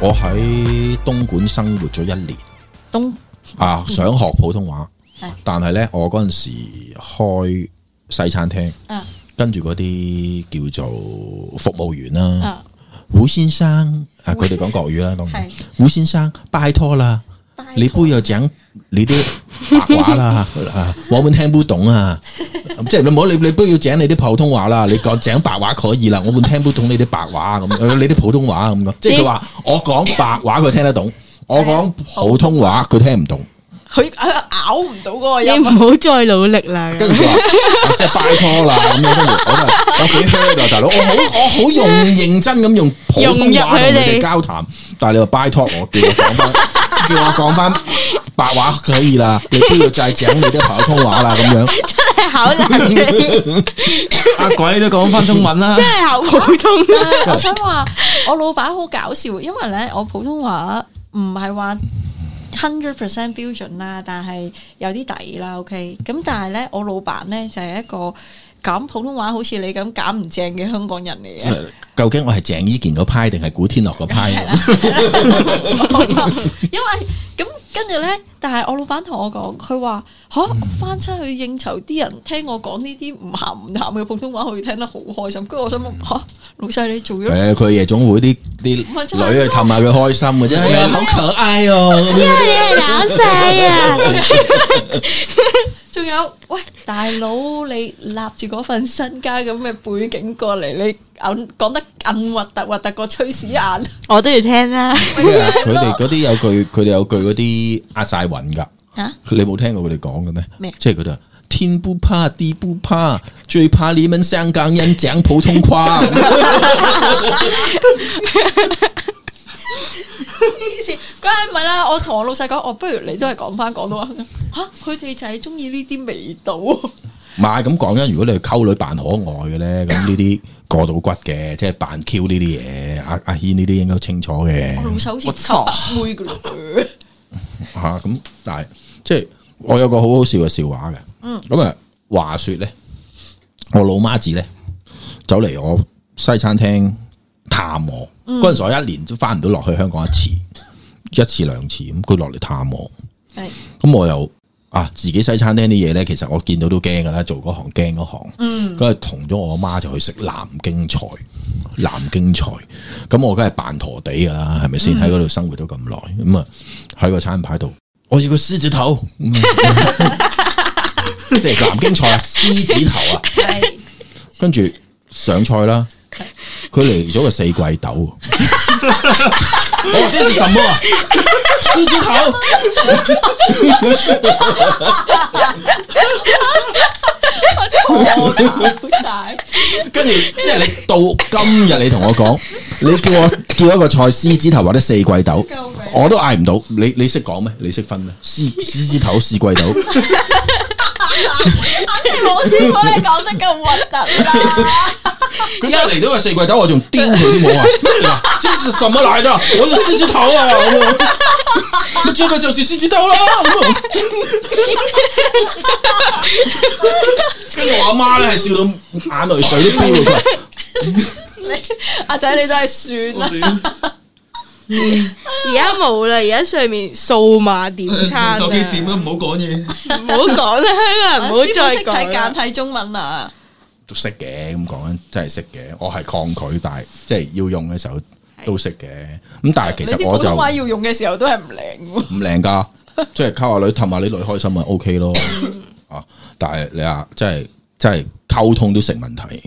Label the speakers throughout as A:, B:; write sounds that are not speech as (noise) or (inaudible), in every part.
A: 我喺東莞生活咗一年
B: 東
A: 啊，想學普通話
B: 係，
A: 但係呢，我嗰陣時開西餐廳，
B: 啊
A: 跟住嗰啲叫做服務員啦，
B: 啊，
A: 胡先生啊，佢哋講國語啦，當然
B: 係，
A: 胡先生，拜託啦，你不要講你啲白話 (laughs) 啦，啊我們聽不懂啊，即係你唔好你你不要講你啲普通話啦，你講講白話可以啦，我們聽不懂你啲白話咁，呃你啲普通話咁講，即係佢話我講白話佢聽得懂，我講普通話佢聽唔懂，
B: 佢佢咬唔到嗰個
C: 你唔 (laughs)
B: 音，
C: 好再努力啦。
A: 跟住佢話啊即係拜託啦咁樣，跟住我就我幾 hurt 啊大佬，我好我好用認真咁用普
C: 融入
A: 通話同
C: 佢
A: 佢
C: 哋
A: 哋交談，但係你話拜託我叫我講
C: (laughs)
A: 翻。叫我講翻白話可以啦，你不要再講你啲普通話啦咁樣。
C: 考難嘅，
D: 阿鬼都講翻中文啦
C: 真，係考普通。
B: 我想話我老闆好搞笑，因為咧我普通話唔係話 hundred percent 標準啦，但係有啲底啦，OK。咁但係咧我老闆咧就係、一個講普通話好似你咁揀唔正嘅香港人嚟嘅。
A: 究竟我係鄭伊健嗰派定係古天樂嗰派？啊
B: 冇錯，因為咁跟住咧，但係我老闆同我講，佢話吓翻出去應酬啲人聽我講呢啲唔鹹唔淡嘅普通話，佢聽得好開心。跟住我想問吓老細你做咗
A: 誒，佢夜總會啲啲
B: 咪就
A: 女
B: 係
A: 啊，氹下佢開心嘅啫，哎呀好可愛哦！咁樣
C: 你係老細啊！
B: 仲有喂大佬，你立住嗰份身家咁嘅背景過嚟，你硬講得硬核突核突過吹屎眼，
C: 我都要聽啦。
A: 咩啊佢哋嗰啲有句，佢哋有句嗰啲壓晒韻噶
B: 嚇。
A: 你冇聽過佢哋講嘅咩？
B: 咩
A: 即係佢哋話天不怕地不怕，最怕你們香港人講普通話。
B: (laughs) 黐線！梗係唔係啦？我同我老細講，我哦不如你都係講翻廣東話。吓，佢哋就係中意呢啲味道。
A: 唔係咁講真，如果你係溝女扮可愛嘅咧，咁呢啲過到骨嘅，即係扮 Q 呢啲嘢。阿阿軒呢啲應該清楚嘅。
B: 我老細好似
D: 我
B: 溝
D: 操
B: 得妹噶嘞。
A: 吓咁、但係即係我有個好好笑嘅笑話嘅，咁啊、話說咧，我老媽子咧走嚟我西餐廳探我，嗰陣、時我一年都翻唔到落去香港一次，一次兩次咁，佢落嚟探我，
B: 係
A: 咁我又啊自己西餐廳啲嘢咧，其實我見到都驚噶啦，做嗰行驚嗰行，咁係同咗我阿媽就去食南京菜，南京菜，咁我梗係扮陀地噶啦，係咪先？喺嗰度生活咗咁耐，咁啊喺個餐牌度，我要個獅子頭， (laughs) 咁食南京菜啊，獅子頭啊，
B: 係
A: 跟住上菜啦，佢嚟咗個四季豆。哦，這是什麼啊？獅子頭。
B: 我 (laughs) 錯搞晒，
A: 跟住即係你到今日，你同我講，你叫我叫一個菜獅子頭或者四季豆
B: 救命，
A: 我都嗌唔到。你你識講咩？你識分咩？獅獅子頭、四季豆，
B: 肯定冇師傅你講得咁核突啦。
A: 佢真係嚟到個四季豆，我仲丟佢啲我啊！咩嚟噶？這是什麼來的？我要獅子頭啊！咁啊那這個就是獅子頭啦。咁啊跟住我阿媽咧係笑到眼淚水都飆啦。
B: 你阿仔你真係算啦，
C: (laughs) 而家冇啦，而家上面數碼點餐
D: 手機點
C: 啊！
D: 啊，唔好講嘢。
C: 唔好講啦，香港人唔好
B: 師
C: 再
B: 傅識
C: 講
B: 睇簡
C: 啦。
B: 體中文啊。
A: 都識嘅，咁講真係識嘅。我係抗拒，但係即係要用嘅時候都識嘅。咁但係其
B: 你啲
A: 實
B: 普
A: 我就
B: 通話
A: 唔
B: 要用嘅時候都係唔靈喎。
A: 靚噶，即係溝下女氹下你女開心咪 OK 咯。
B: 嗯
A: 啊，但係你話真係真係溝通都成問題。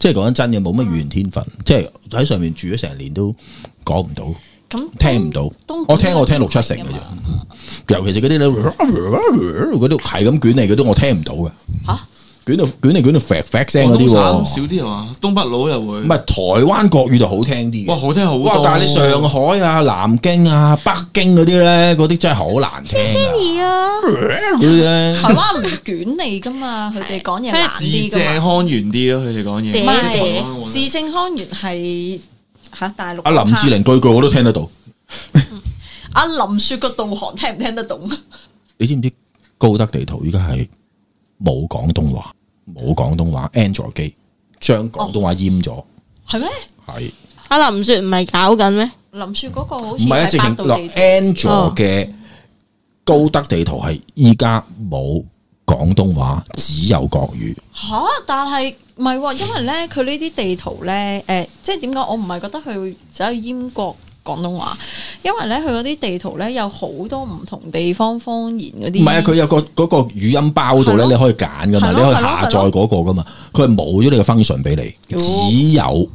A: 即係講真嘅，冇乜語言天分，即係喺上面住咗成年都講唔到，
B: 咁
A: 聽唔到
B: 東。
A: 我聽我聽六七成嘅啫，尤其是嗰啲咧，嗰啲係咁捲嚟嗰啲，我聽唔到嘅。
B: 嚇
A: 捲到捲嚟捲到啡啡聲嗰啲
D: 廣
A: 喎
D: 東省。少啲係嘛，東北佬又會
A: 唔係台灣國語就好聽啲嘅
D: 哇，好聽好
A: 哇
D: 多。！
A: 但係你上海啊、南京啊、北京嗰啲咧，嗰啲真係好難聽啊！嗰啲咧
B: 台灣唔捲你噶嘛，佢哋講嘢難
D: 字
B: 啲
D: 正
B: 噶
D: 腔
B: 嘛。
D: 圓啲咯，佢哋講嘢。
C: 嗲
D: 即係台灣
B: 唔
D: 我
B: 係
D: 覺得
B: 字正腔圓係嚇大陸。
A: 阿林志玲句句我都聽得到。
B: 阿林雪個導航聽唔聽得懂？
A: 你知唔知高德地圖依家係冇廣東話，冇廣東話 Android
B: 哦
A: 機將廣東話淹咗，
B: 係咩？
A: 係
C: 阿林雪唔係搞緊咩？
B: 林雪嗰個好
A: 唔
B: 似
A: 係啊，直
B: 係百
A: 情
B: 度
A: 落
B: 地址，
A: Angel 嘅高德地圖係依家冇廣東話，只有國語。
B: 吓，但係唔係喎，因為咧佢呢啲地圖咧，诶，即係點講？我唔係覺得佢走去阉割廣東話，因為咧佢嗰啲地圖咧有好多唔同地方方言嗰啲。
A: 唔係啊，佢有個嗰個語音包度咧，
B: 嗯係
A: 你
B: 咯
A: 可以揀噶嘛，
B: 係
A: 你
B: 咯
A: 可以下載嗰個噶嘛。佢係冇咗你個 function 俾你，
B: 哦
A: 只有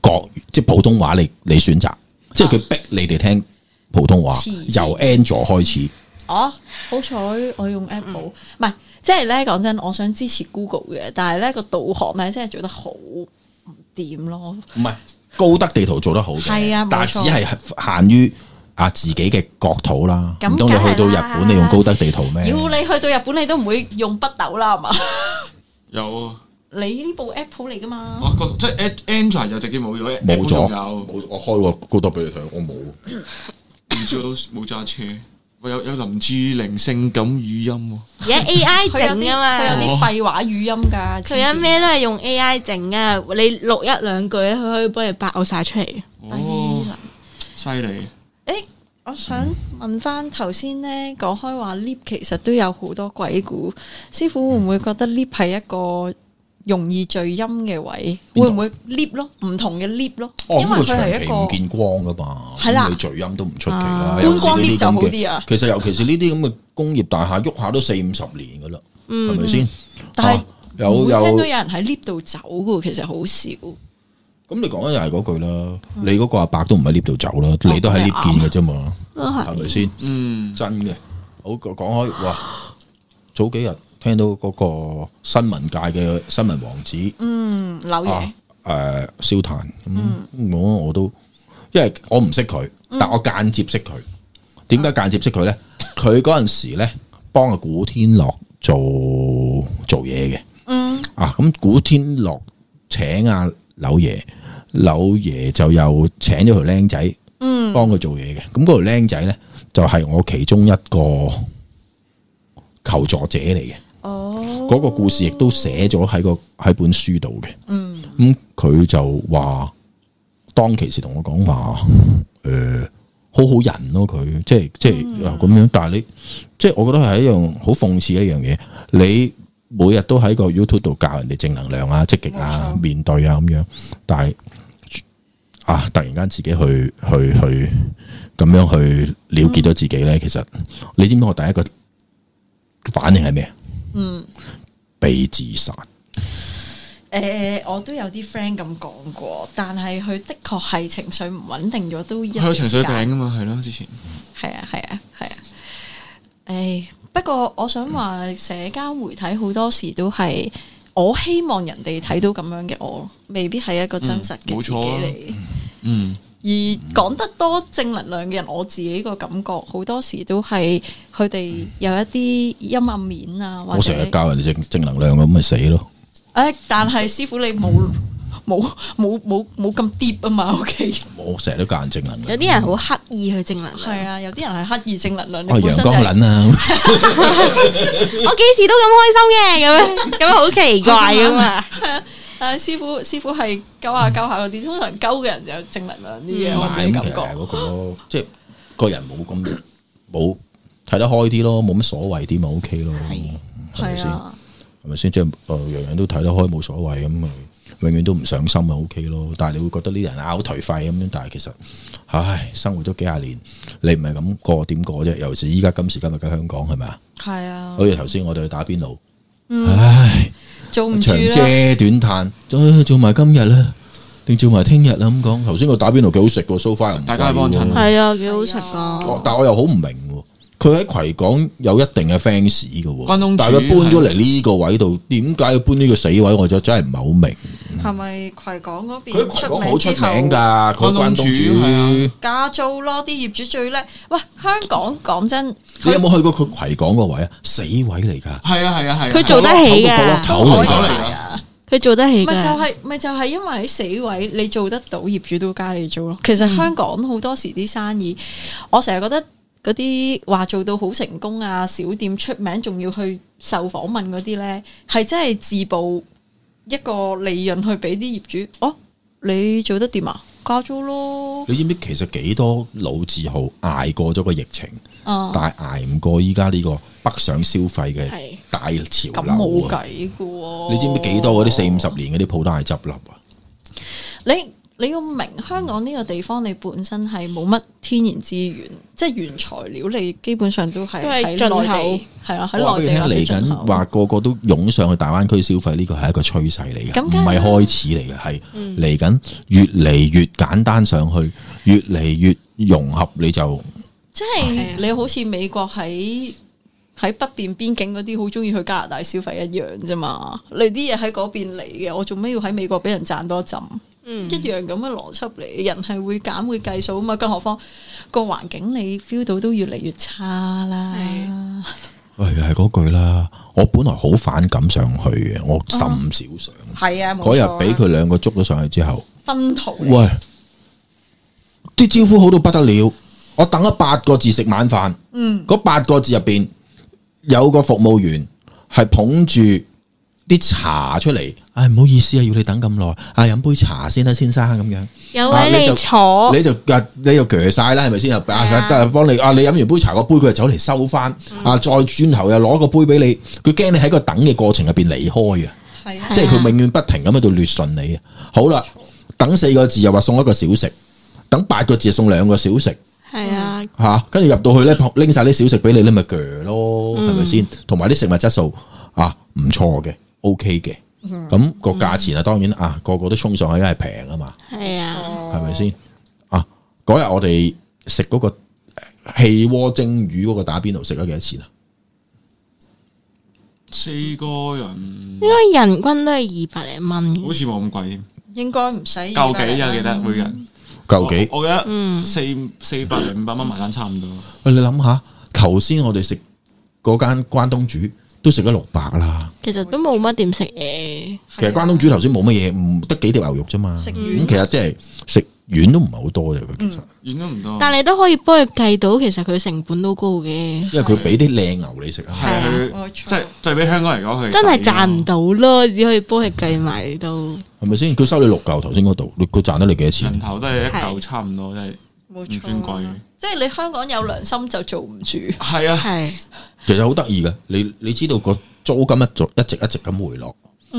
A: 國語即係普通話你你選擇，即係佢逼你哋聽普通話
B: 黐，線
A: 由 Angel 開始。
B: 哦，好彩我用
C: 嗯
B: Apple，唔係即係咧講真，我想支持 Google 嘅，但係咧個導航咧真係做得好唔掂咯。
A: 唔係高德地圖做得好嘅，
B: 係啊冇錯
A: 但係只係限於啊自己嘅國土啦。
B: 咁
A: 唔通你去到
B: 梗係
A: 日
B: 啦
A: 本，你用高德地圖咩？
B: 要你去到日本，你都唔會用北斗啦，係嘛？ (laughs)
D: 有啊，
B: 你呢部 Apple 嚟噶嘛？
D: 我覺即係 Android 又直接冇咗，
A: 冇
D: Apple
A: 咗，
D: 仲
A: 冇我開個高德俾你睇，我冇。
D: 有，唔知我都冇揸車。喂，有有林志玲性感語音喎，
C: 而家 AI
B: 佢有
C: 整
B: 啲
C: 噶
B: 佢
C: 嘛，
B: 有啲廢話語音㗎。
C: 佢有咩都係用 AI 整啊！你錄一兩句咧，佢可以幫你爆晒出嚟。
D: 哦
B: 低，能？
D: 犀利！
B: 誒，我想問翻頭先咧，講開話 lift 其實都有好多鬼故，師傅會唔會覺得 lift 係一個容易聚陰嘅位？
A: 邊度
B: 會唔會 lift 咯？唔同嘅 lift 咯，
A: 哦，
B: 因
A: 咁
B: 為
A: 佢
B: 佢係
A: 長
B: 一
A: 期唔
B: 個
A: 見光噶嘛，
B: 係啦
A: 咁你聚音都唔出奇啦
B: 啊。
A: 尤其
B: 觀光
A: 呢
B: lift 就好
A: 咁嘅
B: 啲啊
A: 其實尤其是呢啲咁嘅工業大廈，喐下都四五十年噶啦，係咪先？
B: 嗯但係
A: 啊有
B: 唔會聽
A: 有
B: 到有人喺 lift 度走嘅喎，其實好少。
A: 咁你講緊又係嗰句啦，
B: 嗯
A: 你嗰個阿伯都唔喺 lift 度走
B: 哦
A: 啦，你都喺 lift 見嘅啫嘛，
C: 都
A: 係咪
C: 係
A: 先？
D: 嗯，
A: 真嘅。好講講開，哇！早幾日聽到嗰個新聞界嘅新聞王子
B: 嗯，柳
A: 啊
B: 爺，
A: 誒燒炭咁，我我都因為我唔識佢，但我間接識佢。點解間接識佢咧？佢嗰陣時咧幫阿古天樂做做嘢嘅，嗯啊咁古天樂請阿柳爺，柳爺就又請咗條僆仔，嗯，幫佢做嘢嘅。咁嗰條僆仔咧就係我其中一個求助者嚟嘅。
B: 哦，
A: 嗰個故事亦都寫咗喺個喺本書度嘅。嗯，咁佢就話當其時同我講話，誒、好好人咯、佢即係即
B: 嗯
A: 係啊咁樣。但係你即係我覺得係一樣好諷刺嘅一樣嘢，你。每日都喺個 YouTube 度教人哋正能量啊、積極啊、
B: 冇錯
A: 面對啊咁樣，但係啊，突然間自己去去去咁樣去了結咗自己
B: 嗯
A: 咧，其實你知唔知我第一個反應係咩？啊
B: 嗯
A: 被自殺。
B: 誒、我都有啲 friend 咁講過，但係佢的確係情緒唔穩定咗，都一
D: 佢有情緒
B: 時
D: 病
B: 間
D: 噶嘛，係咯，之前
B: 係啊，係啊，係啊。唉，不過我想話，社交媒體好多時都係我希望人哋睇到咁樣嘅我，未必係一個真實嘅
D: 嗯冇
B: 自己
D: 錯啊
B: 嚟。
D: 嗯。
B: 而講得多正能量嘅人，我自己個感覺好多時都係佢哋
D: 嗯
B: 有一啲陰暗面啊，或
A: 我
B: 者
A: 成日教人哋正正能量咁咪死咯。
B: 誒，但係師傅你冇冇冇冇冇咁 deep 啊嘛，OK？ (laughs)
A: 我成日都教人正能
C: 有
A: 量。
C: 啲人好刻意去正能量。
B: 係啊，有啲人係刻意正能量，你
A: 我哦
B: 本身
A: 陽
B: 就
A: 光
B: 係
A: 撚啊！
C: 我幾時都咁開心嘅，咁樣咁樣好奇怪啊噶嘛。
B: 诶，師傅師傅係鳩下鳩下嗰啲，通常鳩嘅人就有正能量啲嘅，我自己
A: 咁
B: 感
A: 其實係
B: 覺。
A: 嗰個咯，即係個人冇咁冇睇得開啲咯，冇乜所謂啲咪 OK 咯，係咪
B: 係
A: 先？
B: 啊，
A: 係咪先？即係誒樣樣都睇得開冇所謂咁咪。永遠都唔上心咪 OK 咯，但係你會覺得呢啲人拗頹廢咁樣，但係其實，唉，生活咗幾廿年，你唔係咁過點過啫？尤其是依家今時今日嘅香港係咪啊？
B: 係啊
A: 好，似頭先我哋去打邊爐，
B: 嗯
A: 唉。
B: 做唔住
A: 長
B: 啦。
A: 遮短嘆，唉做埋今日啦，定做埋聽日啦咁講。頭先個打邊爐幾好食個，so far 又唔貴喎
D: 大家去幫襯
C: 係啊，幾好食
A: 哦
C: 噶。
A: 但我又好唔明喎，佢喺葵港有一定嘅 fans 嘅
D: 關
A: 喎，
D: 東煮啊
A: 但係佢搬咗嚟呢個位度，點解要搬呢個死位？我就真係唔係好明。
B: 係咪葵港嗰邊
A: 佢喺葵港好出名
B: 之後
A: 㗎，佢關東
D: 關東煮係
A: 煮
D: 啊。
B: 加租咯，啲業主最叻。喂，香港講真，
A: 你有
B: 佢
A: 冇去過佢葵港個位啊？死位嚟㗎，
D: 係啊係啊係啊，
C: 佢做得起
A: 個角落
C: 嘅，
A: 頭
B: 都
A: 嚟
B: 可以
A: 㗎。
D: 嚟
B: 㗎。
C: 佢做得
B: 咪
C: 起
B: 就
C: 嘅。
B: 係咪就係因為喺死位，你做得到，業主都加你租咯。其實香港好多時啲生意，我成日覺得嗰啲話做到好成功啊，小店出名，仲要去受訪問嗰啲咧，係真係自報一個利潤去俾啲業主。哦，你做得掂啊？家租咯。
A: 你知唔知其實幾多老字號捱過咗個疫情，
B: 啊，
A: 但係捱唔過依家呢個北上消費嘅
C: 係
A: 大潮
B: 咁
A: 流
B: 冇
A: 啊？
B: 計噶喎。
A: 你知唔知幾多嗰啲四五十年嗰啲鋪都係執笠啊？
B: 你你要明香港呢個地方，你本身係冇乜天然資源，即係原材料，你基本上都係
C: 都係
B: 喺內
C: 進口
B: 地，係啦，
A: 我話
B: 喺
A: 俾
B: 內
A: 你聽
B: 地或者
A: 嚟
B: 進
A: 緊
B: 口。
A: 話個個都湧上去大灣區消費，呢個係一個趨勢嚟嘅，
B: 咁
A: 唔
B: 梗係
A: 係
B: 啦嗯
A: 開始嚟嘅，係嚟緊越嚟越簡單上去，越嚟越融合，你就
B: 即
C: 係
B: 係
C: 啊
B: 你好似美國喺喺北邊邊境嗰啲好中意去加拿大消費一樣啫嘛，你啲嘢喺嗰邊嚟嘅，我做咩要喺美國俾人賺多一浸？
C: 嗯
B: 一樣咁嘅邏輯嚟，人係會減會計數啊嘛，更何況個環境你 feel 到都越嚟越差啦。
C: 係
A: 唉哎係嗰句啦。我本來好反感上去嘅，我甚少上。
B: 係啊，
A: 嗰
B: 冇錯啊
A: 日俾佢兩個捉咗上去之後，
B: 分途嚟
A: 喂，啲招呼好到不得了。我等咗八個字食晚飯，
B: 嗯，
A: 嗰八個字入邊有個服務員係捧住啲茶出嚟，唉，唔好意思啊，要你等咁耐，啊，飲杯茶先啦，先生咁樣，
C: 有
A: 啊
C: 位
A: 你
C: 你
A: 就
C: 坐，
A: 你就你就鋸晒啦，係咪先啊？啊，得幫你啊，你飲完杯茶個杯佢就走嚟收翻，啊，再轉頭又攞個杯俾你，佢驚你喺個等嘅過程入邊離開啊。
B: 係
A: 即係佢永遠不停咁喺度劣順你啊！好啦，等四個字又話送一個小食，等八個字送兩個小食
C: 係啊，
A: 吓，跟住入到去咧拎晒啲小食俾你，你咪鋸咯，係咪先？同埋啲食物質素啊唔錯嘅，OK 嘅，咁個價錢啊當然啊個個都衝上去，因為平啊嘛，
C: 係啊，
A: 係咪先？啊嗰日我哋食嗰個氣鍋蒸魚嗰個打邊爐食咗幾多錢啊？
D: 四個人
C: 應該人均都係二百零蚊
D: 好
C: 嘅，
D: 似冇咁貴添，
B: 應該唔使
D: 夠幾啊？記得每人
A: 嚿幾？
D: 我我記得
C: 嗯
D: 四四百零五百蚊埋單差唔多。
A: 喂，你諗下，頭先我哋食嗰間關東煮都食咗六百啦。
C: 其實都冇乜點食嘢，
B: 嗯
A: 其實關東煮頭嗯先冇乜嘢，唔得幾條牛肉啫嘛。
B: 啊食
A: 咁
B: 完
A: 其實即係食丸都唔係好多啫。佢其實，
D: 遠都唔多，
C: 但你都可以幫佢計到，其實佢成本都高嘅，
A: 因為佢俾啲靚牛你食啊。
D: 係佢
B: 冇錯
D: 即係對比香港嚟講，佢啊
C: 真係賺唔
D: 唔
C: 到咯，
A: 啊
C: 只可以幫佢計埋到。
A: 係咪先？佢收你六嚿頭先嗰度，你佢賺得你幾多
D: 人
A: 錢？
D: 頭都係一嚿差唔多，真
B: 冇
D: 係唔
B: 錯
D: 算貴
B: 啊。。即係你香港有良心就做唔住，
D: 係啊，
C: 係
A: 其實好得意嘅，你你知道個租金一直一直一直咁回落，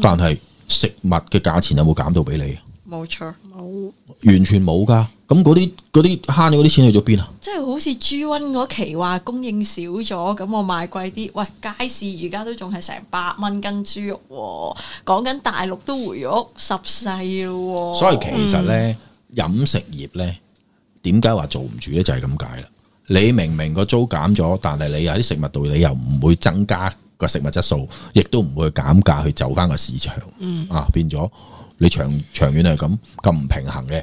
A: 但係食物嘅價錢有冇減到俾你？
B: 冇錯，
C: 冇
A: 完全冇㗎。咁嗰啲嗰啲慳咗嗰啲錢去咗邊啊？
B: 即係好似豬瘟嗰期話供應少咗，咁我賣貴啲。喂，街市而家都仲係成百蚊斤豬肉喎，講緊大陸都回咗十世咯喎。
A: 所以其實
B: 嗯
A: 咧，飲食業咧，點解話做唔住咧，就係咁解啦。你明明個租減咗，但係你喺啲食物度，你又唔會增加個食物質素，亦都唔會減價去就翻個市場。嗯、啊，變咗你長長遠係咁咁唔平衡嘅。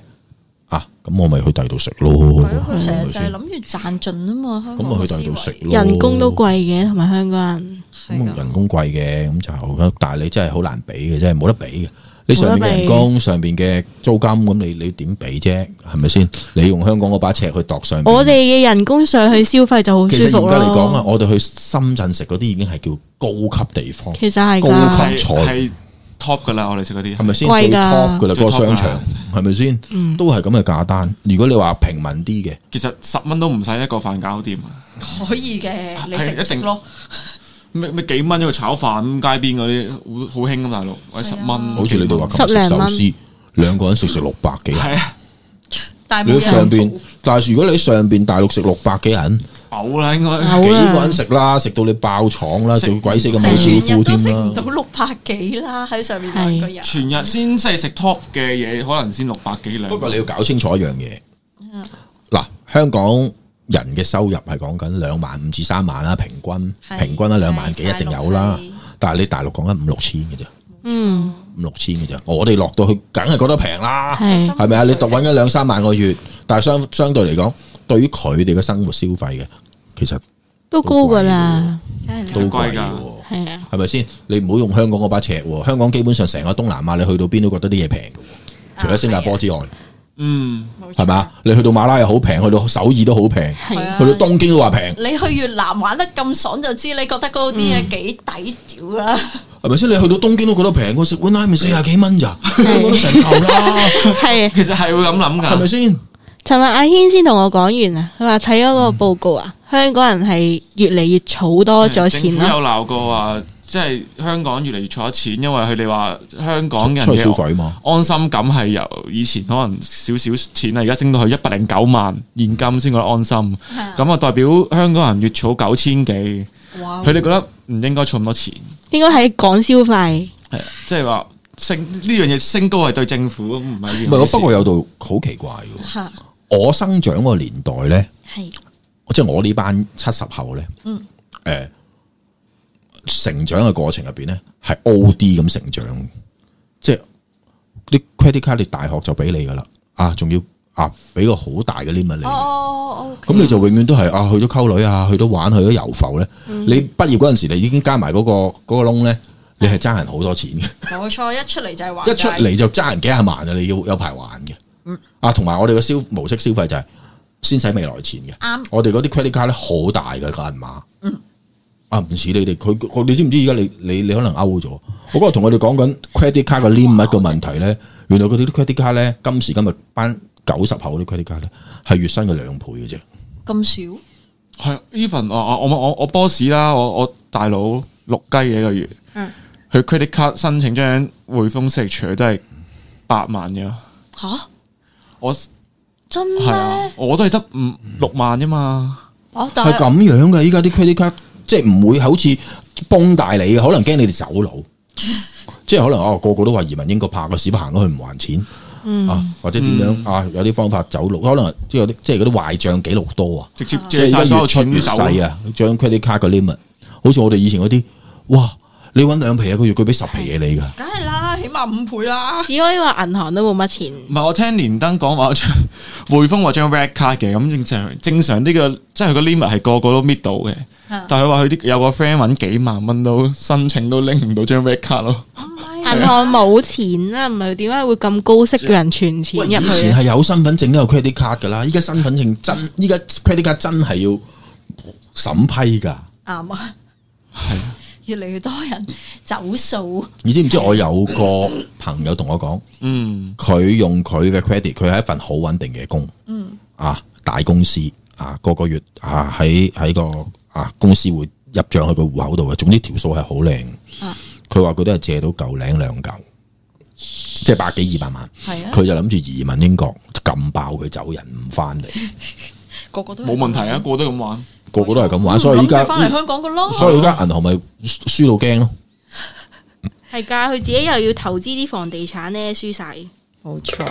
A: 啊，咁我咪去第二度食咯。
B: 係咯，佢成
A: 係咪
B: 日就
A: 先
B: 係諗住賺盡啊嘛，香
A: 咁
B: 港
A: 咪去
B: 嘅思
A: 第二度食
B: 維。
A: 咯。
C: 人工都貴嘅，同埋香港人
A: 咁
B: 係
A: 啊
B: 啊
A: 人工貴嘅，咁就但係你真係好難俾嘅，真係冇得俾嘅。你上面
C: 冇得
A: 嘅
C: 比
A: 人工，上面嘅租金，咁你你點俾啫？係咪先？你用香港嗰把尺去度上面，
C: 我哋嘅人工上去消費就
A: 嗯
C: 好舒
A: 其實
C: 服
A: 嚴格嚟講啊，
C: 咯。
A: 我哋去深圳食嗰啲已經係叫高級地方，
C: 其實係
A: 高級
C: 㗎，
D: 係
A: 菜
D: 係 top 噶啦，我哋食嗰啲
A: 係咪先
C: 貴㗎嗯
A: 最 top 噶啦？
D: 最
A: 嗰個
D: top
A: 商場係咪先？都係咁嘅價單。如果你話平民啲嘅，
D: 其實十蚊都唔使一個飯搞掂啊！
B: 可以嘅，你食
D: 係一
B: 一食
D: 定
B: 咯，
D: 咩咩幾蚊一個炒飯咁，街邊嗰啲好好興咁，大陸或者十
B: 係啊
D: 蚊，
A: 好似你哋話咁
C: 嗯十
A: 食
C: 零
A: 壽
C: 蚊
A: 司，兩個人食食六百幾人。
D: 係啊，
B: 但係
A: 你
B: 冇
A: 喺上
B: 人
A: 邊
B: 做，
A: 但係如果你喺上邊大陸食六百幾人，
D: 嘔啦應該
C: 嘔。
A: 幾
C: 好啦
A: 個人食啦，食到你爆廠啦，
D: 食
A: 仲鬼死咁
B: 成
A: 冇招
B: 全
A: 呼
B: 日都食
A: 添
B: 唔
A: 啦
B: 到。六百幾啦，喺上面兩個人。
D: 全日先即係食 top 嘅嘢，可能先六百幾兩。
A: 不過你要搞清楚一樣嘢，
B: 啊
A: 嗱，香港人嘅收入係講緊兩萬五至三萬啦，平均
B: 係
A: 平均啦兩萬幾一
B: 係
A: 定有啦
B: 大陸係。
A: 但係你大陸講緊五六千嘅啫，
C: 嗯，
A: 五六千嘅啫。我哋落到去，梗係覺得平啦，
C: 係
A: 係咪啊？你度揾咗兩三萬個月，但係相相對嚟講，對於佢哋嘅生活消費嘅，其實
C: 都高㗎啦，
A: 都
D: 都貴
A: 貴嘅
D: 㗎
A: 喎。
C: 係啊。
A: 係咪先？你唔好用香港嗰把尺喎，香港基本上成個東南亞，你去到邊都覺得啲嘢平嘅喎，除咗新加坡之外，
D: 嗯，
A: 係咪啊？你去到馬拉又好平，去到首爾都好平，去
C: 係
B: 啊
A: 到東京都話平。
B: 你去越南玩得咁爽，就知你覺得嗰啲嘢幾抵屌啦。
A: 係咪先？你去到東京都覺得平，我食碗拉麵四廿幾蚊咋，香港都成嚿
D: (laughs)
A: 啦，
C: 係啊
D: 其實係會咁諗
A: 係咪
D: 㗎，
A: 先？
C: 尋日阿軒先同我講完啊，佢話睇咗個報告啊，香港人係越嚟越儲多咗
D: 嗯
C: 啊
D: 政
C: 錢
D: 府
C: 啦，
D: 有鬧過話，即係香港越嚟越錯錢，因為佢哋話香港人
A: 出去消
D: 嘅
A: 費嘛，
D: 安心感係由以前可能少少錢啊，而家升到去一百零九萬現金先覺得安心。咁啊，代表香港人月儲九千幾，
B: 哇！
D: 佢哋覺得唔應該儲咁多錢，
C: 應該係講消費。
D: 係啊即係話升呢樣嘢升高係對政府唔係
A: 唔係我不過有度好奇怪嘅，
B: 吓
A: 我生長個年代咧，
B: 系
A: 即係我呢班七十後咧，
B: 嗯
A: 誒成長嘅過程入邊咧係 O D 咁成長，即係啲 credit card 你大學就俾你噶啦，啊仲要啊俾個好大嘅 limit 你。
B: 哦，
A: 咁你就永遠都係啊，去咗溝女啊，去咗玩，去咗遊浮咧。你畢業嗰陣時，你已經加埋嗰、個嗰、個窿咧，你係爭人好多錢嘅，
B: 冇錯，一出嚟就係玩嗯
A: 一出嚟就爭人幾廿萬啊！你要有排還嘅。啊，同埋我哋嘅消模式消費就係先使未來錢嘅。
B: 啱嗯
A: 我哋嗰啲 credit card 咧好大嘅個銀碼。啊，唔似你哋，佢佢你知唔知而家你你你可能勾咗？我嗰日同我哋講緊 credit card 嘅 limit 個問題咧，原來佢哋啲 credit card 咧，今時今日班九十後嗰啲 credit card 咧，係月薪嘅兩倍嘅啫。
B: 咁少，
D: 係 even 我我我我我 boss 啦，我我大佬六雞嘢一個月，
B: 嗯
D: 佢 credit card 申請張匯豐 s i g 都係八萬嘅，
B: 吓
D: 我
B: 真
D: 係啊
B: 咩？，
D: 我都係得五六萬啫嘛。
B: 哦，但
A: 係
B: 係
A: 咁樣嘅，依家啲 credit card 即係唔會好似崩大你嘅，可能驚你哋走
C: (laughs)
A: 佬，即係可能哦個個都話移民英國怕個屎行咗去唔還錢、
C: 嗯
A: 啊，或者點樣、
D: 嗯
A: 啊？有啲方法走佬，可能即係有啲即係嗰啲壞帳記錄多啊，
D: 直接
A: 即
D: 借
A: 係
D: 晒所
A: 而
D: 有
A: 家
D: 錢
A: 越出越
D: 走
A: 細啊，將 credit card 嘅 limit，好似我哋以前嗰啲，哇！你揾兩皮一個月，佢俾十皮嘢你㗎，
B: 梗係啦，起碼五倍啦。
C: 只可以話銀行都冇乜錢，
D: 唔係我聽連登講話張 (laughs) 匯豐話張 red card 嘅，咁正常正常呢、個即係佢個 limit 係個個都搣到嘅，
B: 嚇
D: 但係佢話佢啲有個 friend 揾幾萬蚊都申請都拎唔到張 red
B: (laughs)
D: card 咯，
C: 銀行冇錢啦，唔係點解會咁高息叫人存錢
A: 喂
C: 入
A: 以
C: 去
A: 前
C: 啊？
A: 係有身份證都有 credit card 㗎啦，依家身份證真，依家 credit card 真係要審批㗎。
B: 啱啊，越嚟越多人走數，
A: 你知唔知我有個朋友同我講，
D: 嗯。
A: 佢用佢嘅 credit，佢係一份好穩定嘅工，嗯啊大公司啊個個月啊喺喺個啊公司會入帳去個户口度嘅，總之條數係好靚
B: 啊。
A: 佢話佢都係借到嚿領兩嚿，即係百幾二百萬。
B: 係啊，
A: 佢就諗住移民英國，撳爆佢走人唔翻嚟，
B: 個個都係
D: 冇問題啊，個個都咁玩。
A: 個個都係咁
B: 嗯咁
A: 玩，所以依
B: 諗
A: 家
B: 住翻嚟香港噶咯，
A: 所以依家銀行咪輸到驚咯。
C: 係㗎，佢自己又要投資啲房地產咧，輸晒。
B: 冇錯。